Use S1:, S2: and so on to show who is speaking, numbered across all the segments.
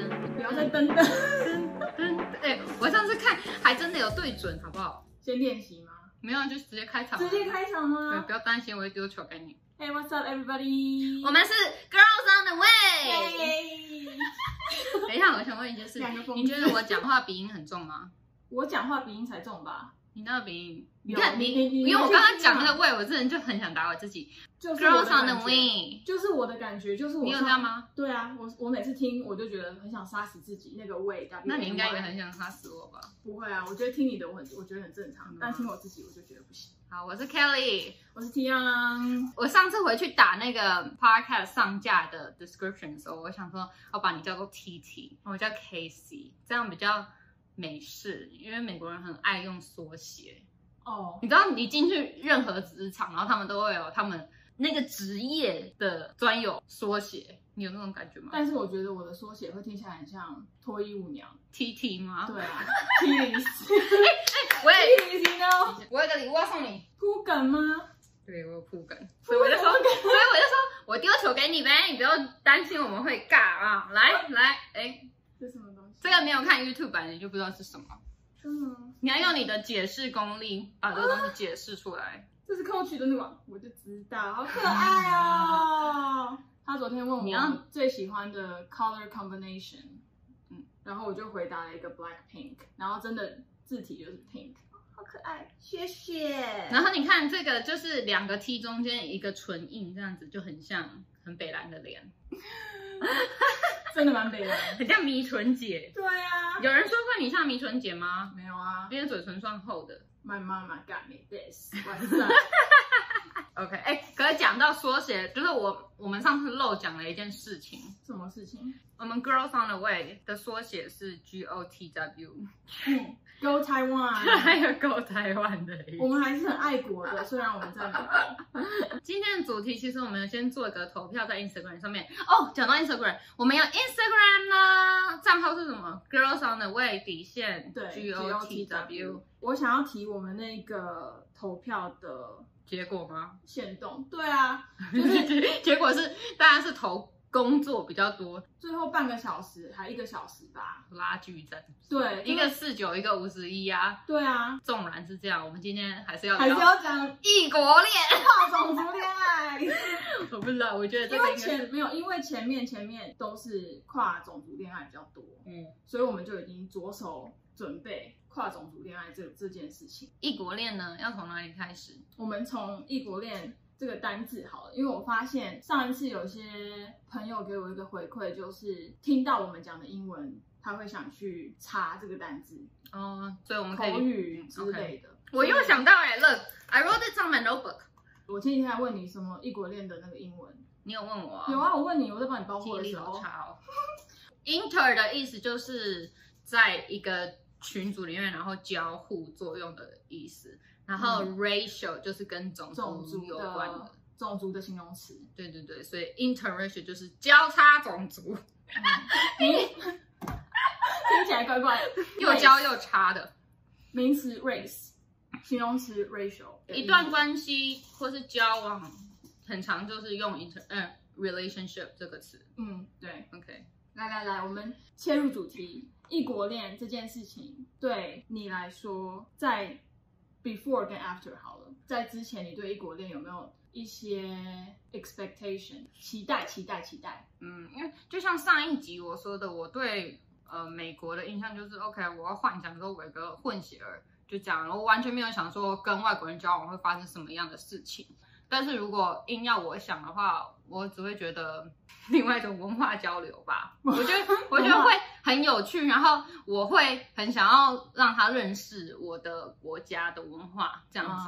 S1: 噔噔噔，
S2: 嗯，哎，我上次看还真的有对准，好不好？
S1: 先练习吗？
S2: 没有，就直接开场。
S1: 直接。开场
S2: 啊对，
S1: 吗
S2: 不要担心，我会丢球给你。
S1: ？Hey, what's up, everybody？
S2: 我们是 Girls on the Way。
S1: Hey
S2: 等一下，我想问一件事
S1: 两个，疯子
S2: 你觉得我讲话鼻音很重吗？
S1: 我讲话鼻音才重吧？
S2: 你那个鼻音，你
S1: 有
S2: 看你，
S1: 你你
S2: 因为我
S1: 你
S2: 刚刚讲
S1: 你
S2: 那个 way，我真的就很想打我自己。
S1: 就是我
S2: Girls on
S1: 的
S2: the
S1: 感觉，
S2: Way，
S1: 就是我的感觉，就是我
S2: 你有
S1: 上
S2: 这样？吗？
S1: 对啊，我我每次听我就觉得很想杀死自己，那个味道。
S2: 那你应该也很想杀死我吧？
S1: 不会啊，我觉得听你的我很我觉得很正常
S2: 嗯，
S1: 但听我自己我就觉得不行。
S2: 好，我是 Kelly。
S1: 我是 Tian，
S2: 我上次回去打那个 podcast 上架的 description 的时候，我想说，我把你叫做 TT，我叫 KC，这样比较美式，因为美国人很爱用缩写。
S1: 哦，
S2: 你知道，你进去任何职场，然后他们都会有他们那个职业的专有缩写，你有那种感觉吗
S1: 但是我觉得我的缩写会听起来很像脱衣舞娘。
S2: ？TT 吗？
S1: 对啊 p l e a s e
S2: 我
S1: p
S2: 也，
S1: l e a s e no。
S2: 我有个礼物要送你。
S1: 铺梗吗？
S2: 对我有铺梗，所以我就说，所以我就说我丢球给你呗，你不要担心我们会尬啊！来来，哎、
S1: 这什么东西？
S2: 这个没有看 YouTube 版的就不知道是什么。
S1: 嗯，
S2: 你要用你的解释功力把这个东西解释出来。
S1: 这是 Coach 的那个，我就知道，好可爱哦。他昨天问
S2: 你
S1: 我
S2: 要
S1: 最喜欢的 color combination，
S2: 嗯
S1: 嗯，然后我就回答了一个 black pink，然后真的字体就是 pink，好可爱，谢谢。
S2: 然后你看这个就是两个 T 中间一个唇印，这样子就很像很北蓝的脸，
S1: 真的蛮美的。
S2: 很像迷唇姐。
S1: 对啊，
S2: 有人说过你像迷唇姐吗？
S1: 没有啊
S2: 因为嘴唇算厚的。
S1: ，My mama got me this，晚上
S2: OK，哎、可是讲到缩写，就是我我们上次漏讲了一件事情，
S1: 什么事情？
S2: 我们 Girls on the Way 的缩写是 G O T W，
S1: 嗯，Go Taiwan，
S2: 还有够台湾的意思
S1: 我们还是很爱国的，虽然我们在美国。
S2: 今天的主题其实我们有先做一个投票在 Instagram 上面哦。讲到 Instagram，我们有 Instagram 啦，账号是什么？Girls on the Way 底线
S1: 对
S2: G O T W。
S1: 我想要提我们那个投票的
S2: 结果吗？
S1: 限动，对啊，
S2: 结果是当然是投工作比较多，
S1: 最后半个小时还一个小时吧，
S2: 拉锯战。
S1: 对
S2: 一个四九，一个五十一啊。
S1: 对啊，
S2: 纵然是这样，我们今天还是要
S1: 还是
S2: 聊
S1: 要讲
S2: 异国恋。
S1: 跨种族恋爱，因
S2: 我不知道，我觉 得这个
S1: 为
S2: 应该
S1: 前没有，因为前面前面都是跨种族恋爱比较多，
S2: 嗯，
S1: 所以我们就已经着手准备跨种族恋爱这这件事情。
S2: 异国恋呢要从哪里开始？
S1: 我们从异国恋这个单字好了，因为我发现上一次有些朋友给我一个回馈，就是听到我们讲的英文，他会想去查这个单字，
S2: 哦，所以我们可以
S1: 口语
S2: 嗯
S1: 之
S2: OK
S1: 类的。
S2: 我又想到哎、l o o k I wrote it on my notebook。
S1: 我前几天还问你什么异国恋的那个英文，
S2: 你有问我？
S1: 有，啊，我问你，我在帮你包
S2: 记
S1: 货
S2: 忆
S1: 的
S2: 力
S1: 时
S2: 好
S1: 候，
S2: 差哦。Inter 的意思就是在一个群组里面，然后交互作用的意思。然后
S1: 嗯
S2: racial 就是跟种
S1: 种
S2: 族
S1: 族
S2: 有关的
S1: 的，种族的形 容词。
S2: 对对对，所以 interracial 就是交叉种族，
S1: 你听嗯起来怪怪，
S2: 又交又叉的
S1: 名词 race，形容词 racial，
S2: 一段关系或是交往，很常就是用 inter 呃 relationship 这个词。
S1: 嗯，对。
S2: OK，
S1: 来来来，我们切入主题，异国恋这件事情对你来说，在 before 跟 after 好了，在之前你对异国恋有没有一些 expectation 期待？期待？期待？
S2: 嗯，因为就像上一集我说的，我对呃美国的印象就是 OK，我要幻想说我有个混血儿，就这样，然后完全没有想说跟外国人交往会发生什么样的事情。但是如果硬要我想的话，我只会觉得 另外一种文化交流吧，我觉得我觉得会很有趣，然后我会很想要让他认识我的国家的文化，这
S1: 这
S2: 样子，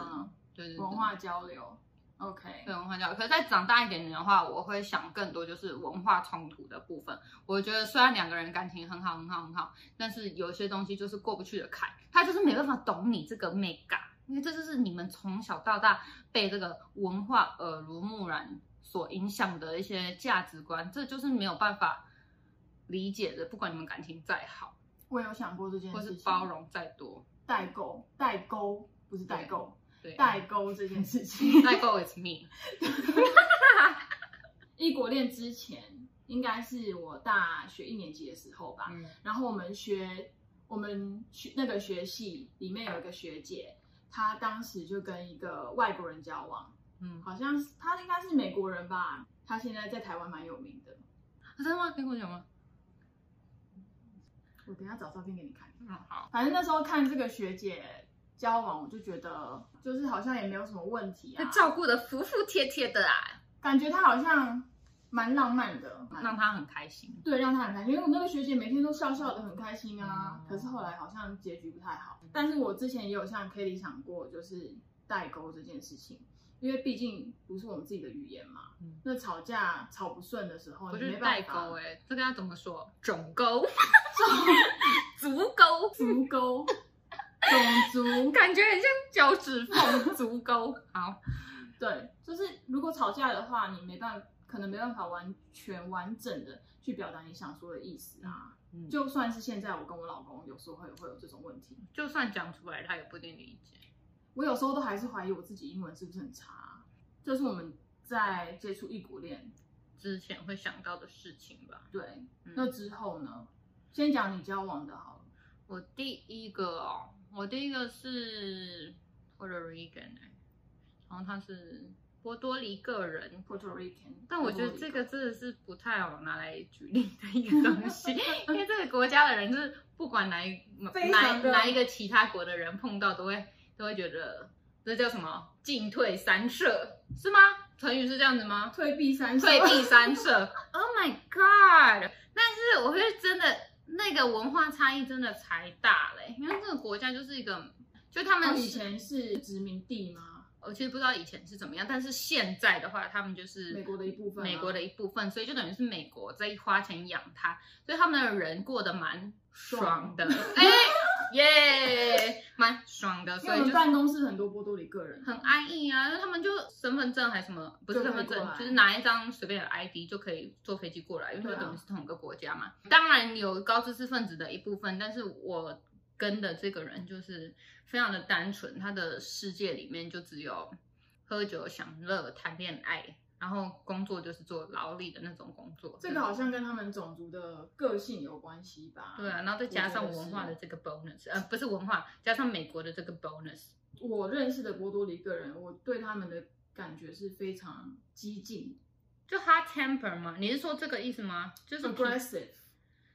S2: 对啊对对，
S1: 啊文化交流，OK，
S2: 对文化教育。可是再长大一点点的话，我会想更多就是文化冲突的部分。我觉得虽然两个人感情很好很好很好，但是有些东西就是过不去的坎，他就是没办法懂你这个 mega，因为这就是你们从小到大被这个文化耳濡目染所影响的一些价值观，这就是没有办法理解的。不管你们感情再好，
S1: 我有想过这件
S2: 或
S1: 事
S2: 是
S1: 情，
S2: 包容再多，
S1: 代购，代沟不是代购，
S2: 对，
S1: 代沟这 件事情，
S2: 代购 is me。
S1: 异国恋之前，应该是我大学一年级的时候吧。
S2: 嗯
S1: 然后我们学我们学那个学系里面有一个学姐，她当时就跟一个外国人交往，
S2: 嗯，
S1: 好像是她应该是美国人吧，她现在在台湾蛮有名的。
S2: 啊真的吗？可以跟我讲吗？
S1: 我等一下找照片给你看。
S2: 嗯，好，
S1: 反正那时候看这个学姐交往，我就觉得就是好像也没有什么问题
S2: 那
S1: 啊，
S2: 照顾的服服帖帖的啊，
S1: 感觉她好像蛮浪漫的，蛮
S2: 让他很开心。
S1: 对，让他很开心，因为我那个学姐每天都笑笑的，很开心啊
S2: 嗯。
S1: 可是后来好像结局不太好。但是我之前也有向 Kelly 想过，就是代沟这件事情，因为毕竟不是我们自己的语言嘛。
S2: 嗯
S1: 那吵架吵不顺的时候，
S2: 我
S1: 你
S2: 觉
S1: 没
S2: 得代
S1: 办法
S2: 沟哎、这个要怎么说？种 沟，足沟，
S1: 族沟、种族，
S2: 感觉很像脚趾缝，足沟。好，
S1: 对，就是如果吵架的话，你没办可能没办法完全完整的去表达你想说的意思啊。
S2: 嗯就
S1: 就算是现在我跟我老公有时候会会有这种问题，
S2: 就算讲出来，他也不一定理解。
S1: 我有时候都还是怀疑我自己英文是不是很差啊、这是我们在接触异国恋，
S2: 之前会想到的事情吧。
S1: 对，
S2: 嗯
S1: 那之后呢？先讲你交往的好了。
S2: 我第一个哦，我第一个是 Puerto Rican，、欸、然后他是波多黎各人。
S1: Puerto Rican，
S2: 但我觉
S1: 哦
S2: 得这个真的是不太好拿来举例的一个东西，因为这个国家的人就是不管哪一
S1: 非
S2: 哪
S1: 常
S2: 一
S1: 的
S2: 哪一个其他国的人碰到，都会都会觉得这叫什么进退三舍是吗？成语是这样子吗？
S1: 退避三舍，
S2: 退避三舍。oh my god！但是我会真的那个文化差异真的才大嘞，因为这个国家就是一个，就他
S1: 他
S2: 们
S1: 们哦以
S2: 是
S1: 前是殖民地吗？
S2: 我呃其实不知道以前是怎么样，但是现在的话，他们就是
S1: 美国的一部分啊
S2: 美国的一部分，所以就等于是美国在花钱养他，所以他们的人过得蛮爽的，哎耶，蛮爽 的，
S1: 因
S2: 所
S1: 为
S2: 以
S1: 我
S2: 就
S1: 们
S2: 是
S1: 办公室很多波多黎各人，
S2: 很安逸啊，那他们就身份证还什么，不是
S1: 就可
S2: 身
S1: 以
S2: 份证
S1: 过，来
S2: 就是拿一张随便的 ID 就可以坐飞机过来，因为
S1: 对啊
S2: 就等于是同一个国家嘛。当然有高知识分子的一部分，但是我跟的这个人就是非常的单纯，他的世界里面就只有喝酒、享乐、谈恋爱，然后工作就是做劳力的那种工作。
S1: 这个好像跟他们种族的个性有关系吧？
S2: 对啊，然后再加上
S1: 我觉得
S2: 文
S1: 是
S2: 化的这个 bonus，呃，不是文化，加上美国的这个 bonus，
S1: 我认识的波多黎各人，我对他们的感觉是非常激进
S2: 就 hot temper 吗？你是说这个意思吗？就是脾
S1: ，aggressive。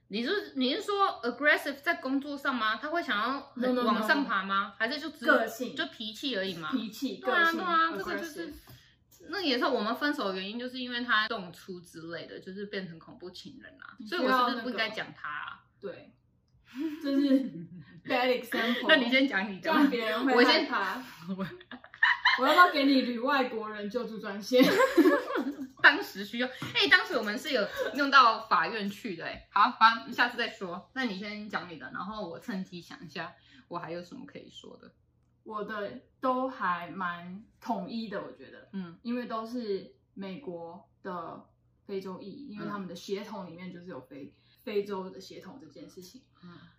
S2: 你是你是说 aggressive 在工作上吗？他会想要
S1: No, no,
S2: 很
S1: no.
S2: 往上爬吗？还是就只
S1: 个性
S2: 就脾气而已吗？
S1: 脾气、
S2: 对
S1: 个
S2: 啊
S1: 性
S2: 对啊，这个就
S1: aggressive
S2: 是那也是我们分手的原因，就是因为他动粗之类的，就是变成恐怖情人啦、
S1: 你需
S2: 所
S1: 要
S2: 以我是不是
S1: 那个
S2: 不应该讲他、啊？
S1: 对，这 是 bad example。
S2: 那你先讲你
S1: 这
S2: 的吧，
S1: 样别人会
S2: 我
S1: 害
S2: 先
S1: 怕。 我要不要给你旅外国人救助专线？
S2: 当时需要，哎、当时我们是有用到法院去的、哎，好，反正下次再说。那你先讲你的，然后我趁机想一下，我还有什么可以说的？
S1: 我的都还蛮统一的，我觉得，
S2: 嗯，
S1: 因为都是美国的非洲裔，因为他们的血统里面就是有非非洲的血统这件事情。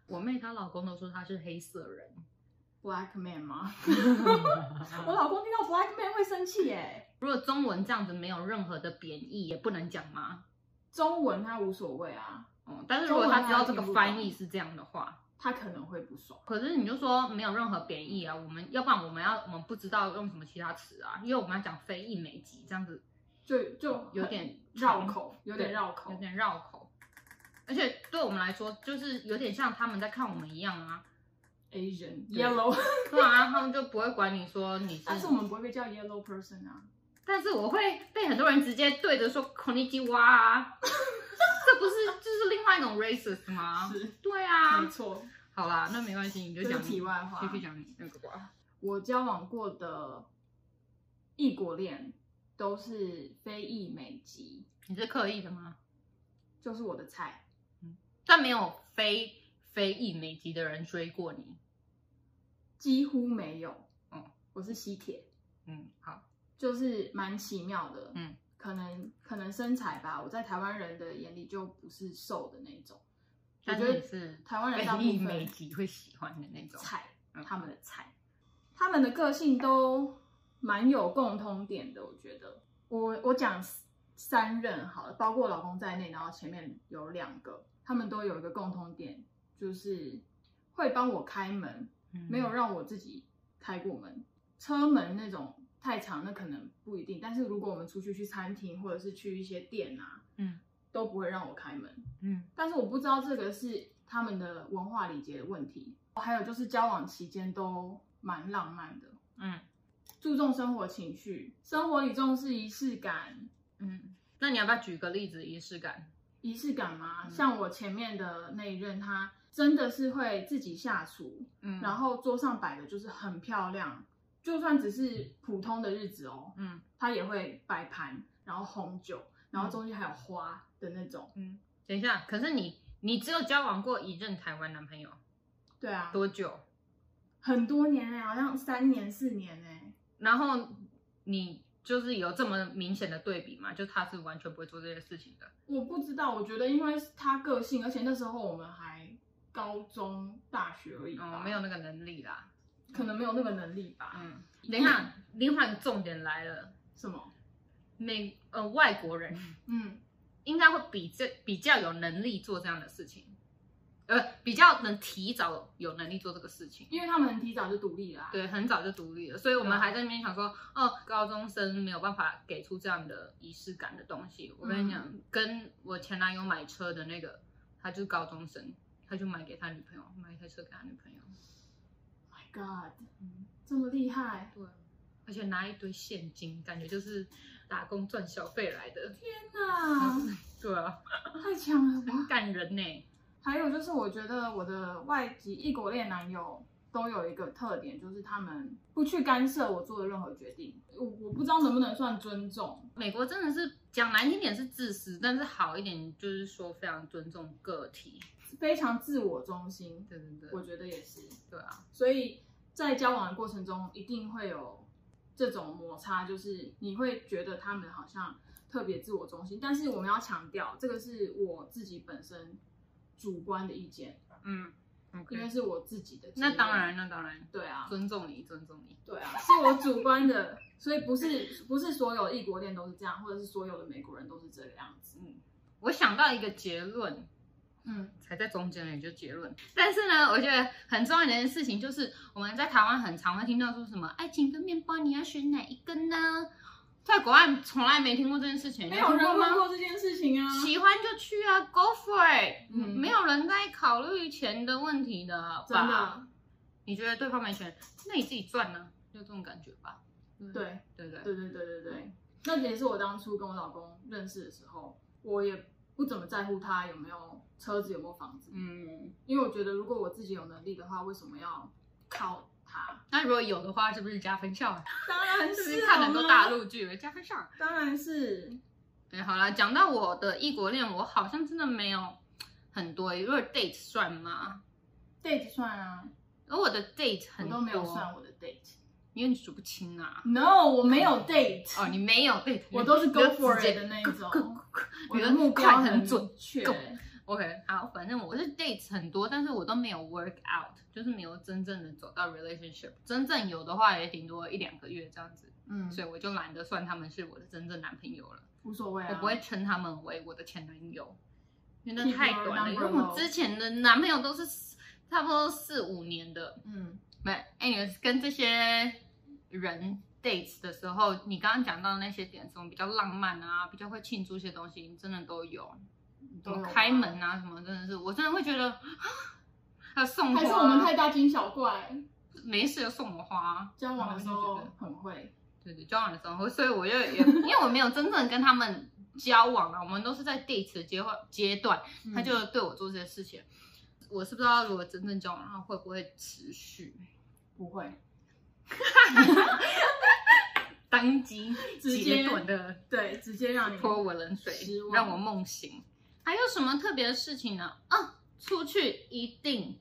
S2: 我妹她老公都说她是黑色人，
S1: Black man 吗？ 我老公听到 Black man 会生气耶。
S2: 如果中文这样子没有任何的贬义，也不能讲吗？
S1: 中文他无所谓啊，
S2: 哦，但是如果他知道这个翻
S1: 中文他一定
S2: 译
S1: 不懂
S2: 是这样的话，
S1: 他可能会不爽。
S2: 可是你就说没有任何贬义啊，我们要不然我们要我们不知道用什么其他词啊，因为我们要讲非裔美籍这样子
S1: 就就
S2: 有点
S1: 绕
S2: 长
S1: 口，有点
S2: 对
S1: 绕口
S2: 有，点绕口，而且对我们来说就是有点像他们在看我们一样啊，
S1: Asian
S2: 对
S1: yellow，
S2: 不然啊他们就不会管你说你是，
S1: 但是我们不会被叫 yellow person 啊。
S2: 但是我会被很多人直接对着说 k o n i c h i w a 啊，这不是就是另外一种 racist 吗？
S1: 是，
S2: 对啊，
S1: 没错，
S2: 好啦，那没关系，你就
S1: 这
S2: 讲
S1: 是题外话
S2: 继。续讲你那个吧。
S1: 我交往过的异国恋都是非裔美籍，
S2: 你是刻意的吗？
S1: 就是我的菜。
S2: 但没有非非裔美籍的人追过你。
S1: 几乎没有。
S2: 嗯，
S1: 我是吸铁，
S2: 嗯，好，
S1: 就是蛮奇妙的。
S2: 嗯，
S1: 可能可能身材吧，我在台湾人的眼里就不是瘦的那一种。我
S2: 但
S1: 觉
S2: 是
S1: 得
S2: 你是
S1: 台湾人大部
S2: 非裔
S1: 分
S2: 美籍会喜欢的那种。
S1: 菜，
S2: 嗯
S1: 他们的菜，他们的个性都蛮有共通点的，我觉得。我我讲三任好了，包括老公在内，然后前面有两个，他们都有一个共同点，就是会帮我开门，
S2: 嗯
S1: 没有让我自己开过门。车门那种太长，那可能不一定，但是如果我们出去去餐厅或者是去一些店啊，
S2: 嗯，
S1: 都不会让我开门。
S2: 嗯
S1: 但是我不知道这个是他们的文化理解的问题，还有就是交往期间都蛮浪漫的，
S2: 嗯
S1: 注重生活情绪，生活里重视仪式感，
S2: 嗯。那你要不要举个例子？仪式感？
S1: 仪式感吗？
S2: 嗯
S1: 像我前面的那一任，他真的是会自己下厨，
S2: 嗯
S1: 然后桌上摆的就是很漂亮，就算只是普通的日子哦，
S2: 嗯
S1: 他也会摆盘，然后红酒，然后中间还有花的那种。
S2: 嗯。等一下，可是你你只有交往过一任台湾男朋友
S1: 对啊，
S2: 多久？
S1: 很多年哎、好像三年四年哎、
S2: 然后你就是有这么明显的对比嘛？就他是完全不会做这些事情的。
S1: 我不知道，我觉得因为他个性，而且那时候我们还高中、大学而已吧，
S2: 哦，没有那个能力啦。
S1: 可能没有那个能力吧。
S2: 嗯，等一下，另外一个重点来了，
S1: 什么？
S2: 美呃外国人
S1: 嗯，
S2: 应该会比这比较有能力做这样的事情，呃，比较能提早有能力做这个事情。
S1: 因为他们很提早就独立啊啦、
S2: 对，很早就独立了，所以我
S1: 对
S2: 们
S1: 啊
S2: 还在那边想说，哦，高中生没有办法给出这样的仪式感的东西。我跟你
S1: 嗯
S2: 讲，跟我前男友买车的那个，他就是高中生，他就买给他女朋友，买一台车给他女朋友，
S1: m y God，这嗯么厉害！
S2: 对，啊而且拿一堆现金，感觉就是打工赚小费来的，
S1: 天哪，
S2: 对啊，
S1: 太强了
S2: 很
S1: 吧！
S2: 感人呢。
S1: 还有就是，我觉得我的外籍异国恋男友都有一个特点，就是他们不去干涉我做的任何决定。我我不知道能不能算尊重，
S2: 美国真的是讲难听点是自私，但是好一点就是说非常尊重个体，
S1: 非常自我中心，
S2: 对对
S1: 我
S2: 对，
S1: 觉得也是。
S2: 对啊，
S1: 所以在交往的过程中，一定会有这种摩擦，就是你会觉得他们好像特别自我中心，但是我们要强调，这个是我自己本身主观的意见，
S2: 嗯
S1: 因为
S2: ，OK，
S1: 是我自己的。
S2: 那当，然，那当然。
S1: 对啊，
S2: 尊重你，尊重你。
S1: 对啊，是我主观的，所以不是不是所有异国恋都是这样，或者是所有的美国人都是这个样子。
S2: 嗯，我想到一个结论，
S1: 嗯
S2: 才在中间而已，就结论。但是呢，我觉得很重要的一件事情就是，我们在台湾很常会听到说什么爱情跟面包，你要选哪一个呢？在国外从来没听过这件事情，
S1: 没有
S2: 你听
S1: 人
S2: 过
S1: 问
S2: 吗？
S1: 过这件事情啊。
S2: 喜欢就去啊，Go for it！、
S1: 嗯
S2: 没有人在考虑钱的问题的吧？
S1: 真的，
S2: 你觉得对方没钱，那你自己赚呢、就这种感觉吧。
S1: 对，
S2: 对对对，
S1: 对对对对对，那也是我当初跟我老公认识的时候，我也不怎么在乎他有没有车子有没有房子，
S2: 嗯，
S1: 因为我觉得如果我自己有能力的话，为什么要靠他？
S2: 那如果有的话，是不是加分项？
S1: 当然
S2: 最近
S1: 是
S2: 看了很多大
S1: 陆，
S2: 陆剧，加分项。
S1: 当然是，
S2: 对，好啦，讲到我的异国恋，我好像真的没有很多，因为 date 算吗？
S1: date 算啊，
S2: 而我的 date
S1: 我
S2: 很多
S1: 都没有算，我的 date。
S2: 因为你数不清啊。
S1: No，我没有 date，、
S2: 哦，你没有 date，
S1: 我都是
S2: 你
S1: go
S2: 就
S1: for
S2: 直接
S1: it 的 那一种我
S2: 你
S1: 的
S2: 的
S1: 目标
S2: 快很准
S1: 确。
S2: 够 OK，好，反正我是 date 很多，但是我都没有 work out，就是没有真正的走到 relationship。真正有的话也顶多一两个月这样子，
S1: 嗯，
S2: 所以我就懒得算他们是我的真正男朋友了。
S1: 无所谓啊，
S2: 我不会称他们为我的前男友，因为
S1: Keep
S2: 那
S1: your
S2: 太短了。因
S1: number
S2: 为我之前的男朋友都是四差不多四五年的，
S1: 嗯，
S2: 没，anyways，跟这些人 dates 的时候，你刚刚讲到那些点，什么比较浪漫啊，比较会庆祝一些东西，真的都有，什
S1: 都有
S2: 么
S1: 啊
S2: 开门啊，什么真的是，我真的会觉得，啊还有送花，
S1: 还是我们太大惊小怪，
S2: 没事就送我花，
S1: 交往的时
S2: 然后
S1: 候
S2: 就觉得
S1: 很会。
S2: 对对，交往的时候，所以我就也因为我没有真正跟他们交往啊，我们都是在 date 的阶段阶段，他
S1: 嗯
S2: 就对我做这些事情，我是不知道如果真正交往的话会不会持续，
S1: 不会，
S2: 当机
S1: 直
S2: 截
S1: 接
S2: 断的
S1: 对，直接让你
S2: 泼我冷水
S1: 嗯失，望
S2: 让我梦醒。还有什么特别的事情呢？啊，出去一定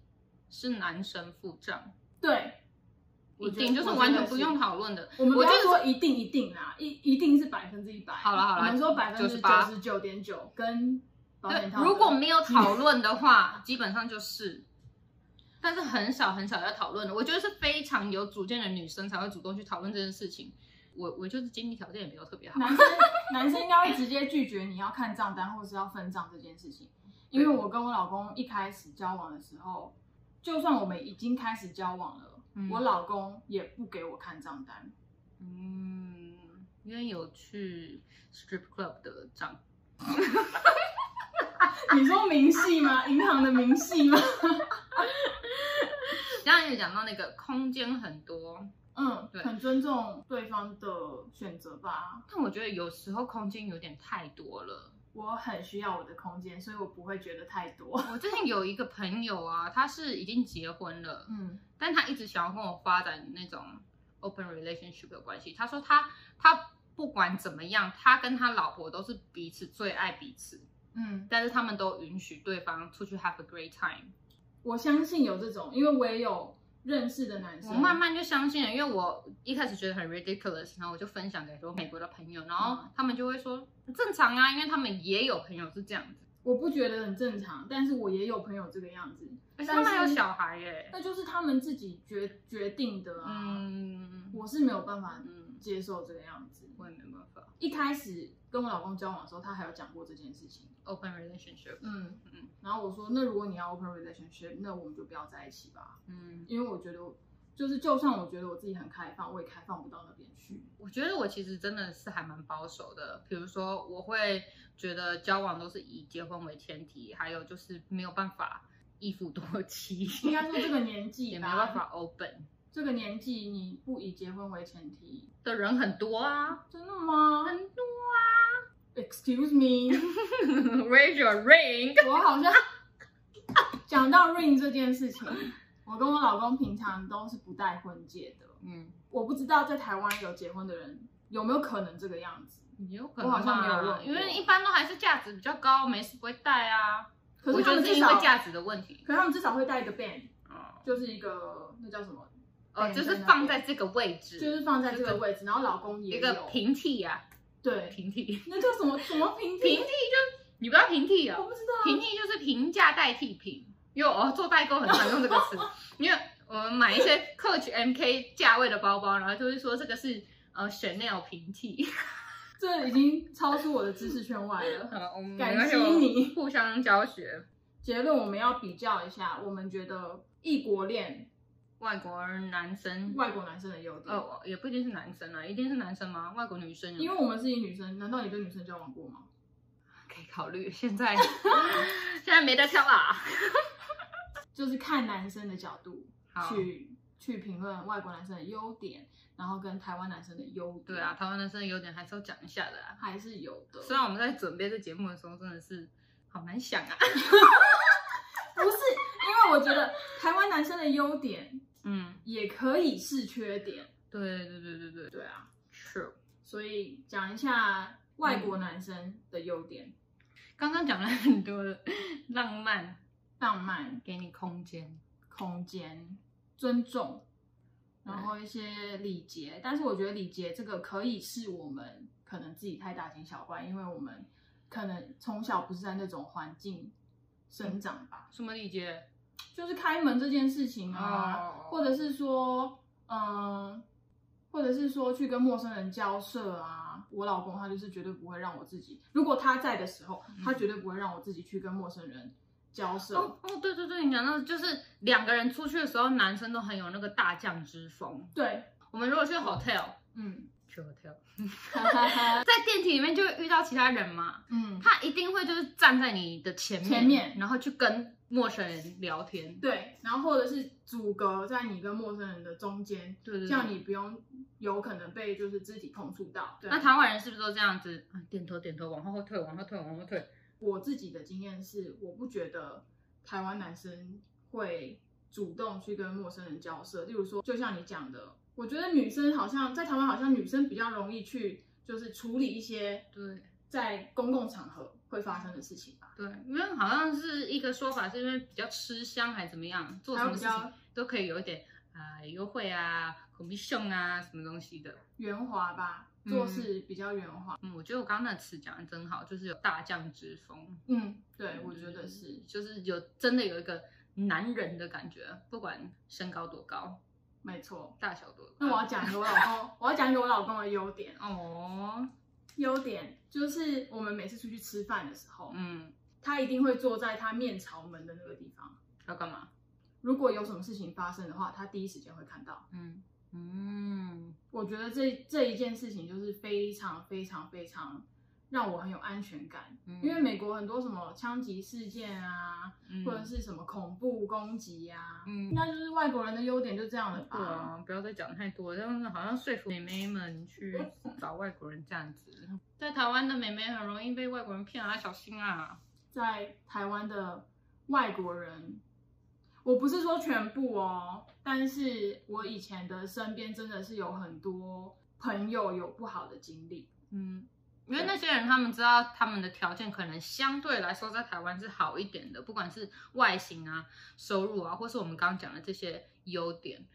S2: 是男生付账，
S1: 对，我
S2: 一
S1: 觉得
S2: 定就是
S1: 我觉得
S2: 完全不
S1: 是
S2: 用讨论的。
S1: 我们不
S2: 我
S1: 要
S2: 就是
S1: 说一定一定啦，一一定是百分之一百。
S2: 好啦好啦
S1: 我们说百分之九
S2: 98
S1: 十九点九跟保
S2: 对
S1: 险，套的。
S2: 如果没有讨论的话， 基本上就是，但是很少很少要讨论的。我觉得是非常有主见的女生才会主动去讨论这件事情。我我就是经济条件也没有特别好，
S1: 男生男生应该会直接拒绝你要看账单或是要分账这件事情，因为我跟我老公一开始交往的时候，就算我们已经开始交往了，
S2: 嗯
S1: 我老公也不给我看账单。
S2: 嗯，因为有去 strip club 的账，
S1: 你说明细吗？银行的明细吗？
S2: 刚刚有讲到那个空间很多，
S1: 嗯，
S2: 对
S1: 很尊重对方的选择吧。
S2: 但我觉得有时候空间有点太多了。
S1: 我很需要我的空间，所以我不会觉得太多。
S2: 我最近有一个朋友啊，他是已经结婚了，
S1: 嗯，
S2: 但他一直想要跟我发展那种 open relationship 的关系。他说他他不管怎么样，他跟他老婆都是彼此最爱彼此，
S1: 嗯，
S2: 但是他们都允许对方出去 have a great time。
S1: 我相信有这种，因为我也有认识的男生。
S2: 我慢慢就相信了，因为我一开始觉得很 ridiculous，然后我就分享给说美国的朋友，然后
S1: 嗯
S2: 他们就会说正常啊，因为他们也有朋友是这样子，
S1: 我不觉得很正常，但是我也有朋友这个样子，
S2: 而
S1: 但
S2: 且
S1: 是
S2: 他们还有小孩耶、
S1: 那就是他们自己决决定的啊。
S2: 嗯，
S1: 我是没有办法
S2: 嗯，
S1: 接受这个样子。
S2: 我也没办法
S1: 一开始跟我老公交往的时候，他还有讲过这件事情。
S2: open relationship，
S1: 嗯
S2: 嗯，
S1: 然后我说，那如果你要 open relationship，那我们就不要在一起吧，
S2: 嗯，
S1: 因为我觉得我，就是就算我觉得我自己很开放，我也开放不到那边去。
S2: 我觉得我其实真的是还蛮保守的，比如说我会觉得交往都是以结婚为前提，还有就是没有办法一夫多妻，
S1: 应该说这个啊年纪
S2: 也没
S1: 吧，
S2: 有办法 open
S1: 这个年纪你不以结婚为前提，
S2: 的人很多啊，
S1: 真的吗
S2: 很多。啊
S1: ？Excuse me，
S2: Raise your ring。
S1: 我好像讲到 ring 这件事情，我跟我老公平常都是不戴婚戒的。
S2: 嗯，
S1: 我不知道在台湾有结婚的人有没有可能这个样子，
S2: 也有可
S1: 我
S2: 能
S1: 好像没有啊
S2: 嘛
S1: 问过
S2: 因为一般都还是价值比较高，没事不会戴啊。
S1: 可
S2: 我
S1: 是
S2: 觉
S1: 他
S2: 得
S1: 们
S2: 是
S1: 至
S2: 因
S1: 少，
S2: 为价值的问题。
S1: 可是他们至少会戴一个 band，
S2: 哦，
S1: 就是一个那叫什么，
S2: 哦，
S1: 对
S2: 就是
S1: 对
S2: 放在这个位置，
S1: 就是放在这个位置，然后老公也
S2: 一
S1: 有
S2: 个平替呀、啊，
S1: 对，
S2: 平替，
S1: 那叫什么什么
S2: 平
S1: 平
S2: 替
S1: 替，
S2: 就你不要平替啊、
S1: 我不知道啊，
S2: 平替就是平价代替品。因为哦，做代购很常用这个词，因为我们买一些 Coach MK 价位的包包，然后就会说这个是呃 Chanel 平替。
S1: 这已经超出我的知识圈外了。
S2: 好，我们
S1: 感
S2: 没关系
S1: 激
S2: 我们
S1: 你
S2: 互相教学。
S1: 结论我们要比较一下，我们觉得异国恋
S2: 外国男生
S1: 外国男生的优点，
S2: 呃，也不一定是男生啊，一定是男生吗？外国女生有
S1: 因为我们是一女生，难道你跟女生交往过吗？
S2: 可以考虑，现 在现在没得挑啊啦。
S1: 就是看男生的角度
S2: 好，
S1: 去去评论外国男生的优点，然后跟台湾男生的优点，
S2: 对啊，，台湾男生的优点还是要讲一下的啊。
S1: 还是有的。
S2: 虽然我们在准备这节目的时候，真的是好难想啊。
S1: 不是，因为我觉得台湾男生的优点
S2: 嗯，
S1: 也可以是缺点，
S2: 对对对对对
S1: 对啊，
S2: ，true。
S1: 所以讲一下外
S2: 嗯
S1: 国男生的优点：
S2: 刚刚讲了很多的浪漫，
S1: 浪漫、
S2: 给你空间。
S1: 空间、尊重，然后一些礼节。但是我觉得礼节这个可以是我们可能自己太大惊小怪，因为我们可能从小不是在那种环境生长吧，
S2: 什么礼节？
S1: 就是开门这件事情啊，
S2: 哦
S1: 或者是说，嗯，或者是说去跟陌生人交涉啊。我老公他就是绝对不会让我自己，如果他在的时候，他绝对不会让我自己去跟陌生人交涉。
S2: 嗯哦哦，对对对，你讲到就是两个人出去的时候，男生都很有那个大将之风。
S1: 对，
S2: 我们如果去 hotel，
S1: 嗯，
S2: 去 hotel，
S1: 哈哈哈，
S2: 在电梯里面就会遇到其他人嘛，
S1: 嗯，
S2: 他一定会就是站在你的前面，
S1: 前面
S2: 然后去跟陌生人聊天。
S1: 对，然后或者是阻隔在你跟陌生人的中间，
S2: 对对
S1: 这样你不用有可能被就是肢体碰触到。对啊
S2: 那台湾人是不是都这样子？啊点头点头，往后退，往后退，往后退。
S1: 我自己的经验是，我不觉得台湾男生会主动去跟陌生人交涉。例如说，就像你讲的，我觉得女生好像在台湾，好像女生比较容易去就是处理一些
S2: 对
S1: 在公共场合会发生的事情吧。
S2: 对，因为好像是一个说法，是因为比较吃香还是怎么样，做什么事
S1: 还有
S2: 情
S1: 比较
S2: 都可以有一点啊、呃优惠啊、commission 啊什么东西的。
S1: 圆滑吧，
S2: 嗯
S1: 做事比较圆滑。
S2: 嗯，我觉得我刚刚那个词讲的真好，就是有大将之风。嗯
S1: 嗯，对，我觉得是。
S2: 就是有真的有一个男人的感觉，不管身高多高。
S1: 没错。
S2: 大小多。
S1: 那我要讲给我老公，我要讲给我老公的优点。
S2: 哦，
S1: 优点就是我们每次出去吃饭的时候，
S2: 嗯，
S1: 他一定会坐在他面朝门的那个地方。
S2: 要干嘛？
S1: 如果有什么事情发生的话，他第一时间会看到。
S2: 嗯嗯，
S1: 我觉得这这一件事情就是非常非常非常让我很有安全感，
S2: 嗯
S1: 因为美国很多什么枪击事件啊，
S2: 嗯
S1: 或者是什么恐怖攻击呀、啊，
S2: 嗯
S1: 应。该就是外国人的优点就这样了吧。
S2: 对啊，不要再讲太多，这样子好像说服妹妹们 去找外国人这样子。在台湾的妹妹很容易被外国人骗啊，小心啊！
S1: 在台湾的外国人，我不是说全部哦，但是我以前的身边真的是有很多朋友有不好的经历，
S2: 嗯，因为那些人他们知道他们的条件可能相对来说在台湾是好一点的，不管是外形啊、收入啊，或是我们刚刚讲的这些优点，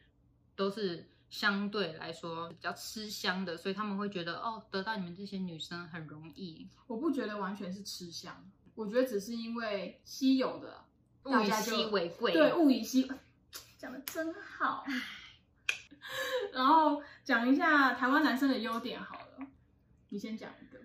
S2: 都是相对来说比较吃香的，所以他们会觉得哦，得到你们这些女生很容易。
S1: 我不觉得完全是吃香，我觉得只是因为稀有的，
S2: 物
S1: 大
S2: 以
S1: 家就
S2: 稀为贵，
S1: 对，物以稀，讲的真好。 然后讲一下台湾男生的优点好了，你先讲一个。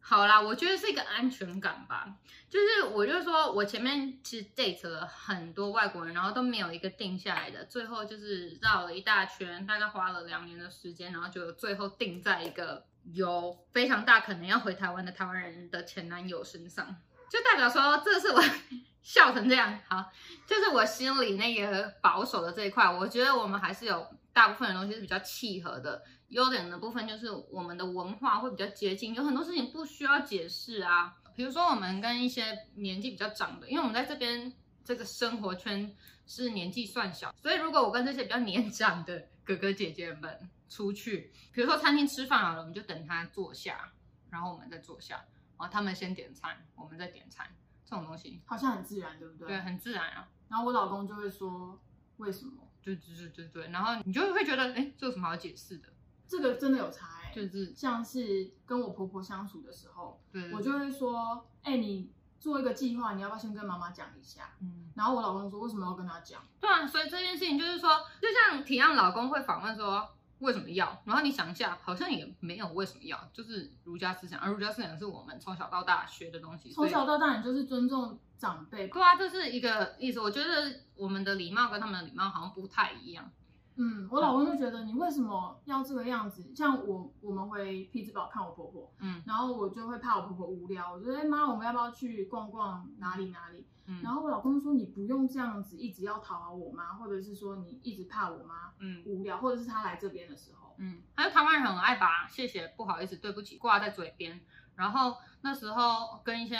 S2: 好啦，我觉得是一个安全感吧。就是我就说我前面其实 date 了很多外国人，然后都没有一个定下来的，最后就是绕了一大圈，大概花了两年的时间，然后就最后定在一个有非常大可能要回台湾的台湾人的前男友身上，就代表说这是我 笑成这样，好，就是我心里那个保守的这一块，我觉得我们还是有大部分的东西是比较契合的。优点的部分就是我们的文化会比较接近，有很多事情不需要解释啊。比如说我们跟一些年纪比较长的，因为我们在这边这个生活圈是年纪算小，所以如果我跟这些比较年长的哥哥姐姐们出去，比如说餐厅吃饭好了，我们就等他坐下，然后我们再坐下，然后他们先点餐，我们再点餐，这种东西，
S1: 好像很自然，对不对？
S2: 对，。很自然啊。
S1: 然后我老公就会说，为什么？
S2: 对对对对对，然后你就会觉得，哎，这有什么好解释的？
S1: 这个真的有差、欸，
S2: 就是
S1: 像是跟我婆婆相处的时候，
S2: 对，对
S1: 我就会说，哎、你做一个计划，你要不要先跟妈妈讲一下？
S2: 嗯。
S1: 然后我老公说，为什么要跟她讲？
S2: 对啊，所以这件事情就是说，就像体谅老公会访问说为什么要，然后你想一下，好像也没有为什么要，就是儒家思想，而儒家思想是我们从小到大学的东西，所
S1: 从
S2: 以
S1: 小到大，你就是尊重长辈。
S2: 对啊，这是一个意思。我觉得我们的礼貌跟他们的礼貌好像不太一样。
S1: 嗯，我老公就觉得你为什么要这个样子？像我，我们回匹兹堡看我婆婆，
S2: 嗯
S1: 然后我就会怕我婆婆无聊，我就说，哎、妈，我们要不要去逛逛哪里哪里？
S2: 嗯，
S1: 然后我老公说，你不用这样子，一直要讨好我妈，或者是说你一直怕我妈
S2: 嗯
S1: 无聊，或者是她来这边的时候，
S2: 嗯，还有台湾人很爱把谢谢、不好意思、对不起挂在嘴边。然后那时候跟一些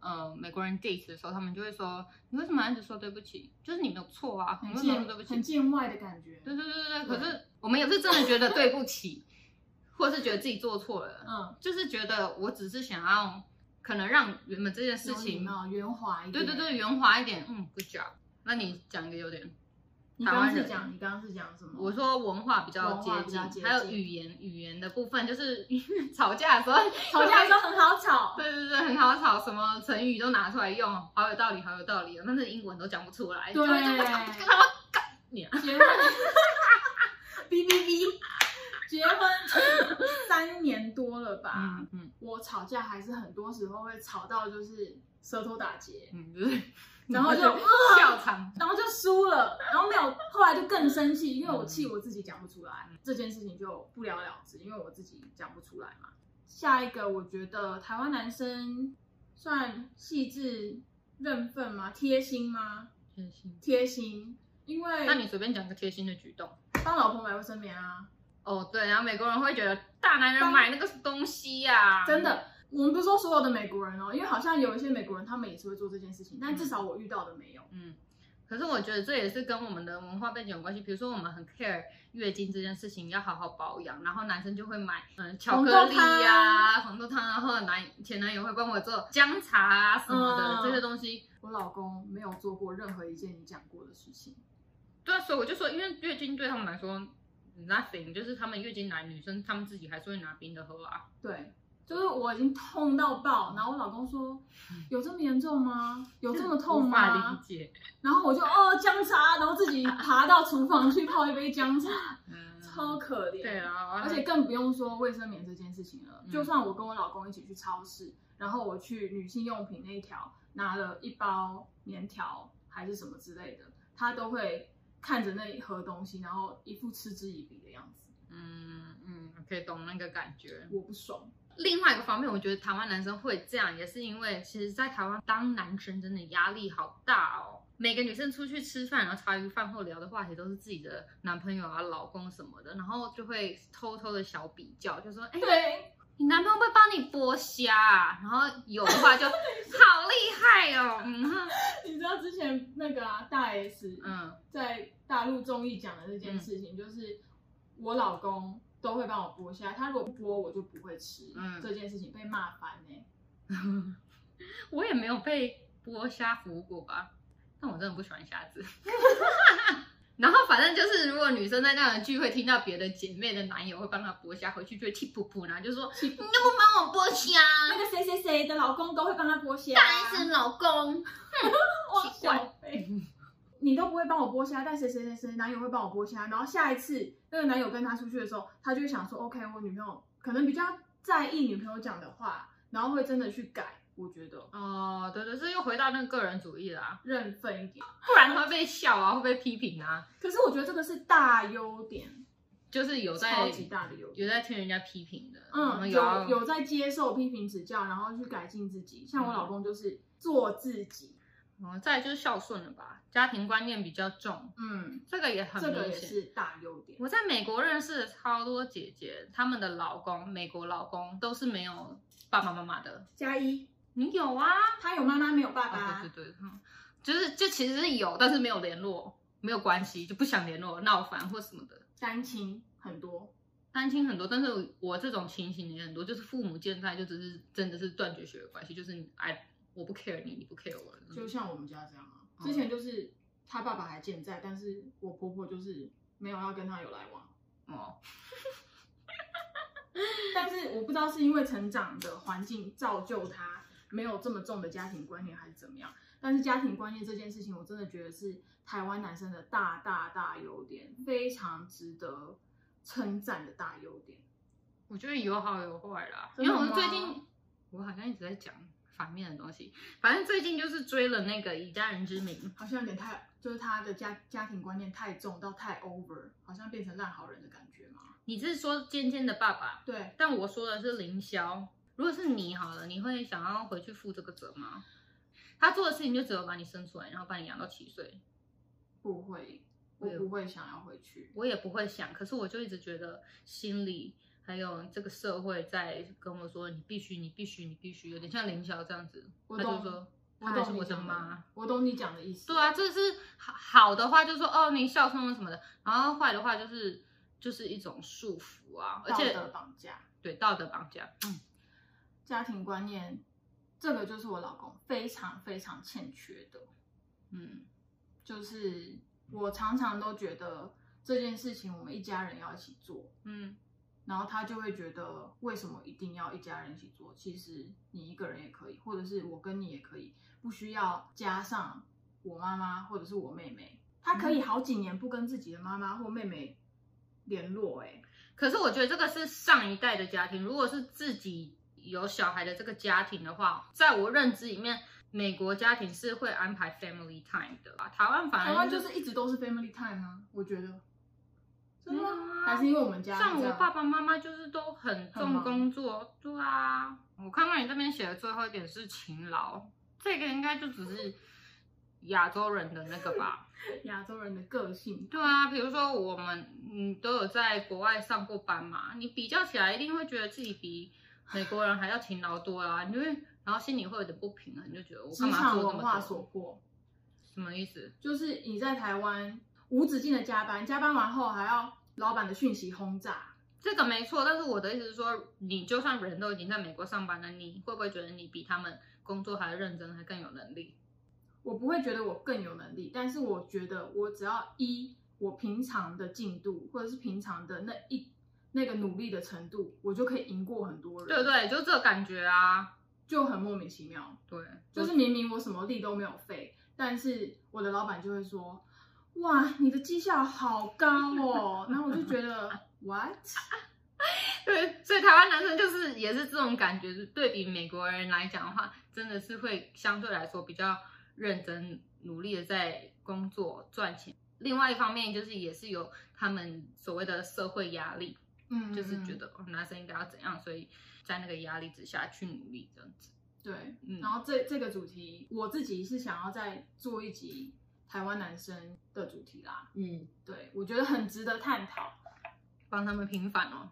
S2: 呃美国人 date 的时候，他们就会说你为什么要一直说对不起？就是你没有错啊，你
S1: 很
S2: 为什么要
S1: 见
S2: 说对不起？
S1: 很见外的感觉。
S2: 对对对对对，可
S1: 对
S2: 是我们也不是真的觉得对不起， 或是觉得自己做错了，
S1: 嗯，
S2: 就是觉得我只是想要可能让原本这件事
S1: 有礼
S2: 情，
S1: 貌圆滑一
S2: 对
S1: 点。
S2: 对对，，圆滑一点，嗯，不假。那你讲一个优点，
S1: 你刚刚
S2: 台湾
S1: 是
S2: 人
S1: 讲你刚刚是讲什么？
S2: 我说文化比较
S1: 文
S2: 接
S1: 化比
S2: 近，
S1: 较接近
S2: 还有语言语言的部分，就是 吵架的时候，
S1: 吵架的时候很好 吵。
S2: 对对对，很好吵，什么成语都拿出来用，好有道理，好有道理哦，但是英文都讲不出来，
S1: 对
S2: 就会觉得 我干你啊，
S1: 结婚， 哔哔哔，结婚三年多了吧？
S2: 嗯嗯
S1: 我吵架还是很多时候会吵到就是舌头打结，
S2: 嗯，就是呃
S1: 然 后就
S2: 笑场，
S1: 然后就输了，然后没有，后来就更生气，因为我气我自己讲不出
S2: 嗯
S1: 来，这件事情就不了了之，因为我自己讲不出来嘛。下一个，我觉得台湾男生算细致、认份吗？贴心吗？
S2: 真心。
S1: 贴心，因为
S2: 那你随便讲个贴心的举动。
S1: 帮老婆买卫生棉啊，
S2: 哦，对，然后美国人会觉得大男人买那个东西呀、
S1: 真，的。我们不是说所有的美国人哦，因为好像有一些美国人他们也是会做这件事情，但至少我遇到的没有。
S2: 嗯。可是我觉得这也是跟我们的文化背景有关系，比如说我们很 care 月经这件事情要好好保养，然后男生就会买嗯巧克力呀、红豆汤啊，然后男前男友会帮我做姜茶啊什么的、
S1: 嗯
S2: 这些东西。
S1: 我老公没有做过任何一件你讲过的事情，
S2: 对啊，所以我就说，因为月经对他们来说 nothing，就是他们月经来，女生他们自己还是会拿冰的喝啊。
S1: 对，就是我已经痛到爆，然后我老公说有这么严重吗？有这么痛
S2: 无法理
S1: 吗？
S2: 解。
S1: 然后我就哦姜茶，然后自己爬到厨房去泡一杯姜茶，
S2: 嗯，
S1: 超可怜。
S2: 对啊，
S1: 而且更不用说卫生棉这件事情了。
S2: 嗯
S1: 就算我跟我老公一起去超市，然后我去女性用品那一条拿了一包棉条还是什么之类的，他都会看着那一盒东西，然后一副嗤之以鼻的样子，
S2: 嗯嗯，可以懂那个感觉。
S1: 我不爽。
S2: 另外一个方面，我觉得台湾男生会这样，也是因为其实，在台湾当男生真的压力好大哦。每个女生出去吃饭，然后茶余饭后聊的话题都是自己的男朋友啊、老公什么的，然后就会偷偷的小比较，就说：“哎、
S1: 对，
S2: 你男朋友会帮你剥虾、啊？”然后有的话就好厉害哦，嗯哼
S1: 你知道之前那个、啊、大 S
S2: 嗯
S1: 在大陆综艺讲的这件事情，就是我老公都会帮我剥虾，他如果不剥我就不会吃，
S2: 嗯
S1: 这件事情被骂翻呢、
S2: 我也没有被剥虾服务过吧，但我真的不喜欢虾子。 然后反正就是，如果女生在那样的聚会听到别的姐妹的男友会帮她剥虾，回去就会气噗噗，然后就说你都不帮我剥虾，
S1: 那个谁谁谁的老公都会帮他剥虾，
S2: 啊
S1: 啊
S2: 大 S 老公。
S1: 哇
S2: 奇怪
S1: 小贝你都不会帮我剥虾，但谁谁谁谁男友会帮我剥虾，然后下一次那个男友跟他出去的时候，他就会想说，OK，我女朋友可能比较在意女朋友讲的话，然后会真的去改，我觉得
S2: 哦，对对，这又回到那个个人主义啦，
S1: 认分一点。
S2: 不然会被笑啊，会被批评啊，
S1: 可是我觉得这个是大优点，
S2: 就是有在
S1: 超级大的优
S2: 有
S1: 点。
S2: 在听人家批评的，然后啊
S1: 嗯，
S2: 要
S1: 有有在接受批评指教，然后去改进自己。
S2: 嗯
S1: 像我老公就是做自己，
S2: 哦，再来就是孝顺了吧，家庭观念比较重，
S1: 嗯，
S2: 这个也很
S1: 这
S2: 明显。
S1: 个也是大优点。
S2: 我在美国认识的超多姐姐，她们的老公，美国老公都是没有爸爸妈妈的。
S1: 加一，
S2: 你有啊？
S1: 他有妈妈没有爸爸，
S2: 啊，对对对，嗯就是就其实是有，但是没有联络，没有关系，就不想联络，闹翻或什么的。
S1: 单亲很多，
S2: 单亲很多，但是我这种情形也很多，就是父母健在，就只是真的是断绝血缘关系，就是你哎，我不 care 你，你不 care 我了。
S1: 就像我们家这样啊。
S2: 嗯
S1: 之前就是他爸爸还健在，但是我婆婆就是没有要跟他有来往。
S2: 哦，
S1: 但是我不知道是因为成长的环境造就他没有这么重的家庭观念，还是怎么样。但是家庭观念这件事情，我真的觉得是台湾男生的大大大优点，非常值得称赞的大优点。
S2: 我觉得有好有坏啦，因
S1: 真
S2: 为我
S1: 的
S2: 们
S1: 吗
S2: 最近我好像一直在讲反面的东西，反正最近就是追了那个《以家人之名》。
S1: 好像有点太，就是他的家家庭观念太重到太 over，好像变成烂好人的感觉嘛。
S2: 你是说尖尖的爸爸，
S1: 对，
S2: 但我说的是凌霄。如果是你好了，你会想要回去负这个责吗？他做的事情就只有把你生出来，然后把你养到七岁。
S1: 不会，我
S2: 对
S1: 不会想要回去。
S2: 我也不会想，可是我就一直觉得心里还有这个社会在跟我说，你必须，你必须，你必须，有点像凌霄这样子。
S1: 我
S2: 他就
S1: 懂
S2: 说，
S1: 我
S2: 他还是
S1: 懂
S2: 我
S1: 你
S2: 的
S1: 讲
S2: 妈
S1: 的。，我懂你讲的意思。
S2: 对啊，，这是好好的话，就说哦你孝顺什么的，然后坏的话就是就是一种束缚啊，而
S1: 道
S2: 且
S1: 德绑架、
S2: 对道德绑架，嗯，
S1: 家庭观念，这个就是我老公非常非常欠缺的。
S2: 嗯，
S1: 就是我常常都觉得这件事情我们一家人要一起做，
S2: 嗯，
S1: 然后他就会觉得为什么一定要一家人一起做？其实你一个人也可以，或者是我跟你也可以，不需要加上我妈妈或者是我妹妹。他可
S2: 嗯
S1: 以好几年不跟自己的妈妈或妹妹联络、欸，
S2: 可是我觉得这个是上一代的家庭，如果是自己有小孩的这个家庭的话，在我认知里面，美国家庭是会安排 family time 的吧，台湾反而
S1: 台湾就是一直都是 family time 啊，我觉得。真的
S2: 没有
S1: 吗？
S2: 啊
S1: 还是因为我们家是
S2: 像
S1: 这
S2: 我
S1: 样
S2: 爸爸妈妈就是都很
S1: 很
S2: 重
S1: 忙
S2: 工作，对啊。我看到你这边写的最后一点是勤劳，这个应该就只是亚洲人的那个吧？
S1: 亚洲人的个性，
S2: 对啊，比如说我们嗯都有在国外上过班嘛，你比较起来一定会觉得自己比美国人还要勤劳多啦，你就会然后心里会有点不平衡，你就觉得我干
S1: 职
S2: 嘛
S1: 场
S2: 做这
S1: 文
S2: 么
S1: 化
S2: 多？
S1: 所迫。
S2: 什么意思？
S1: 就是你在台湾无止境的加班，加班完后还要老板的讯息轰炸，
S2: 这个没错，但是我的意思是说，你就算人都已经在美国上班了，你会不会觉得你比他们工作还认真，还更有能力？
S1: 我不会觉得我更有能力，但是我觉得我只要依我平常的进度，或者是平常的那一那个努力的程度，我就可以赢过很多人，
S2: 对对，就这个感觉啊，
S1: 就很莫名其妙。
S2: 对，
S1: 就是明明我什么力都没有费，但是我的老板就会说：“哇，你的绩效好高哦。”然后我就觉得 what？
S2: 对，所以台湾男生就是也是这种感觉，对比美国人来讲的话，真的是会相对来说比较认真努力的在工作赚钱。另外一方面就是也是有他们所谓的社会压力，
S1: 嗯
S2: 就是觉得、哦男生应该要怎样，所以在那个压力之下去努力这样子。
S1: 对。
S2: 嗯
S1: 然，后这这个主题，我自己是想要再做一集台湾男生的主题啦。
S2: 嗯，
S1: 对，我觉得很值得探讨，
S2: 帮他们平反哦。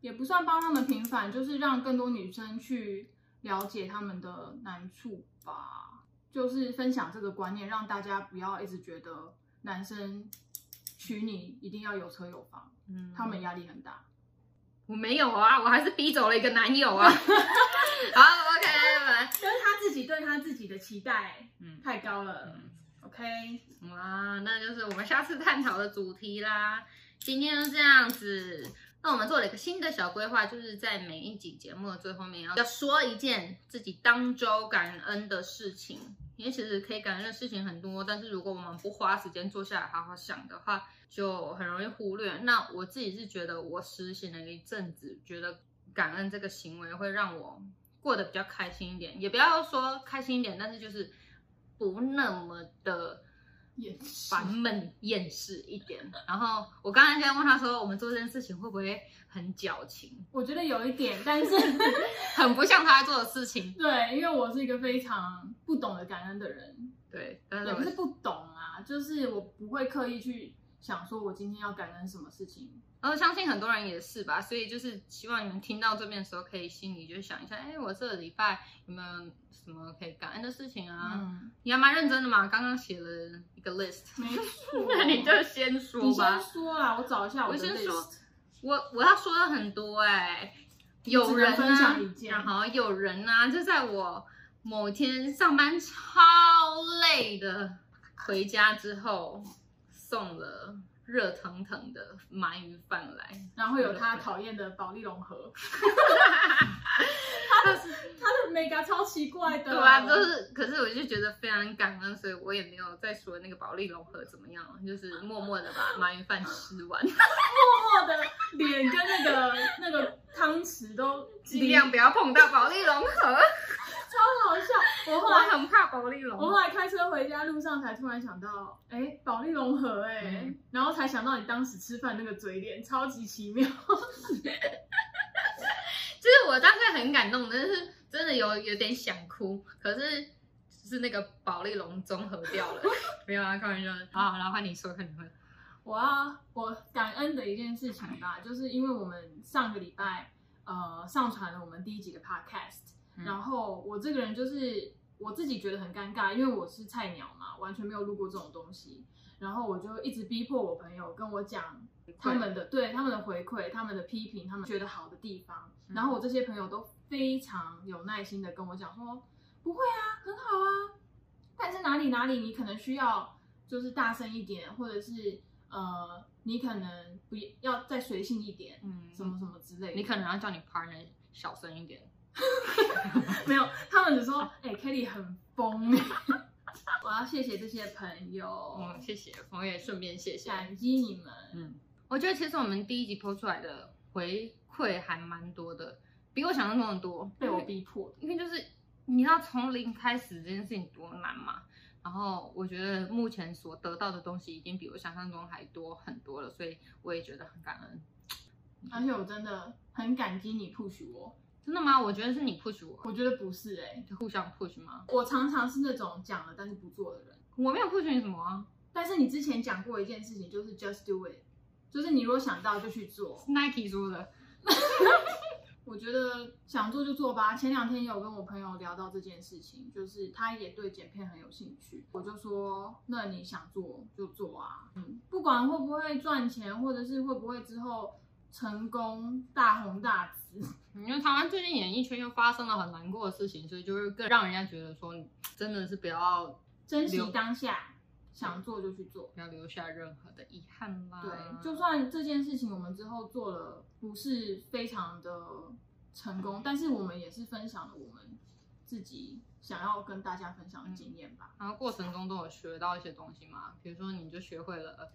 S1: 也不算帮他们平反，就是让更多女生去了解他们的难处吧。就是分享这个观念，让大家不要一直觉得男生娶你一定要有车有房，
S2: 嗯，
S1: 他们压力很大。
S2: 我没有啊，我还是逼走了一个男友啊。好，OK，拜拜。
S1: 但是他自己对他自己的期待
S2: 嗯
S1: 太高了。
S2: 嗯
S1: OK，
S2: 哇，那就是我们下次探讨的主题啦。今天就这样子，那我们做了一个新的小规划，就是在每一集节目的最后面要要说一件自己当周感恩的事情。因为其实可以感恩的事情很多，但是如果我们不花时间坐下来好好想的话，就很容易忽略。那我自己是觉得，我实行了一阵子，觉得感恩这个行为会让我过得比较开心一点，也不要说开心一点，但是就是不那么的
S1: 也是
S2: 烦闷厌世一点。然后我刚才在问他说，我们做这件事情会不会很矫情，
S1: 我觉得有一点，但 是
S2: 很不像他做的事情？
S1: 对，因为我是一个非常不懂得感恩的人，
S2: 对，但是
S1: 也
S2: 我
S1: 不是不懂啊，就是我不会刻意去想说我今天要感恩什么事情。
S2: 然呃后相信很多人也是吧，所以就是希望你们听到这边的时候，可以心里就想一下，哎，我这个礼拜有没有什么可以感恩的事情啊？
S1: 嗯，
S2: 你还蛮认真的嘛，刚刚写了一个 list，
S1: 没错。
S2: 那你就先
S1: 你
S2: 说吧
S1: 先。说啊啦，我找一下
S2: 我
S1: 的
S2: 先
S1: list。
S2: 说我我要说的很多哎、有人
S1: 只能
S2: 啊
S1: 分享一，件
S2: 然后有人啊，就在我某天上班超累的回家之后，送了热腾腾的鳗鱼饭来。
S1: 然后有他讨厌的保利 龙盒，他的 mega 超奇怪的，
S2: 对啊，就是，可是我就觉得非常感恩，所以我也没有再说那个保利龙盒怎么样，就是默默的把鳗鱼饭吃完，
S1: 默默的脸跟那个那个汤匙都
S2: 尽量不要碰到保利龙盒。
S1: 超好笑。我后
S2: 我
S1: 来
S2: 很怕保利龙盒。
S1: 我后来开车回家路上才突然想到，哎、保利融合、诶，哎、
S2: 嗯
S1: 然后才想到你当时吃饭那个嘴脸，超级奇妙。
S2: 就是我当下很感动，但是真的有有点想哭，可是就是那个保利龙综合掉了，没有啊，开玩笑的。好，好然后换你说，看你会。
S1: 我要我感恩的一件事情吧，就是因为我们上个礼拜呃上传了我们第一集的 podcast，、
S2: 嗯
S1: 然后我这个人就是我自己觉得很尴尬，因为我是菜鸟嘛，完全没有录过这种东西，然后我就一直逼迫我朋友跟我讲他们的对他们的回馈、他们的批评、他们觉得好的地方，
S2: 嗯
S1: 然后我这些朋友都非常有耐心的跟我讲说，不会啊，很好啊，但是哪里哪里你可能需要就是大声一点，或者是呃你可能不要再随性一点，
S2: 嗯
S1: 什么什么之类的。
S2: 你可能啊要叫你 partner 小声一点。
S1: 没有，他们只说哎、k e t t y 很 疯，我要谢谢这些朋友，
S2: 嗯，谢谢，我也顺便谢谢。
S1: 感激你们。
S2: 嗯，我觉得其实我们第一集播出来的回馈还蛮多的，比我想象中的多。
S1: 被我逼迫的，
S2: 因为就是你知道从零开始这件事情多难嘛。然后我觉得目前所得到的东西已经比我想象中还多很多了，所以我也觉得很感恩。嗯
S1: 而且我真的很感激你 push 我。
S2: 真的吗？我觉得是你 push 我，
S1: 我觉得不是哎、
S2: 互相 push 吗？
S1: 我常常是那种讲了但是不做的人。
S2: 我没有 push 你什么啊
S1: 但是你之前讲过一件事情，就是 just do it，就是你如果想到就去做。
S2: 是，Nike 说的。
S1: 我觉得想做就做吧。前两天有跟我朋友聊到这件事情，就是他也对剪片很有兴趣，我就说，那你想做就做啊，嗯，不管会不会赚钱，或者是会不会之后成功大红大紫，
S2: 因为台湾最近演艺圈又发生了很难过的事情，所以就是更让人家觉得说，真的是不要
S1: 珍惜当下，想做就去做。
S2: 不要留下任何的遗憾啦。
S1: 对，就算这件事情我们之后做了不是非常的成功，但是我们也是分享了我们自己想要跟大家分享的经验 吧。
S2: 然后过程中都有学到一些东西嘛，比如说你就学会了呃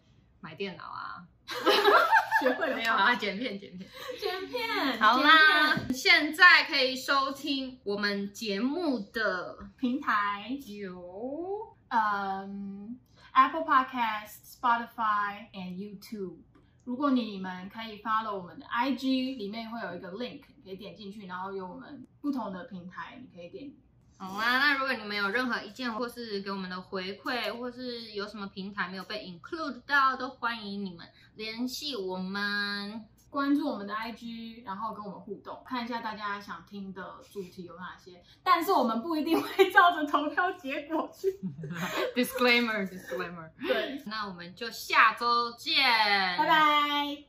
S2: 买电脑啊，
S1: 学会了
S2: 没有啊，剪片剪片。
S1: 剪片，
S2: 好啦
S1: 剪片，
S2: 现在可以收听我们节目的
S1: 平台
S2: 有
S1: 嗯、Apple Podcast、Spotify and YouTube。如果你们可以 follow 我们的 IG，里面会有一个 link，你可以点进去，然后有我们不同的平台，你可以点。
S2: 好啦，那如果你们有任何意见，或是给我们的回馈，或是有什么平台没有被 include 到，都欢迎你们联系我 们。
S1: 关注我们的 IG，然后跟我们互动，看一下大家想听的主题有哪些。但是我们不一定会照着投票结果去。
S2: Disclaimer，Disclaimer。
S1: 对，
S2: 那我们就下周见，
S1: 拜。拜。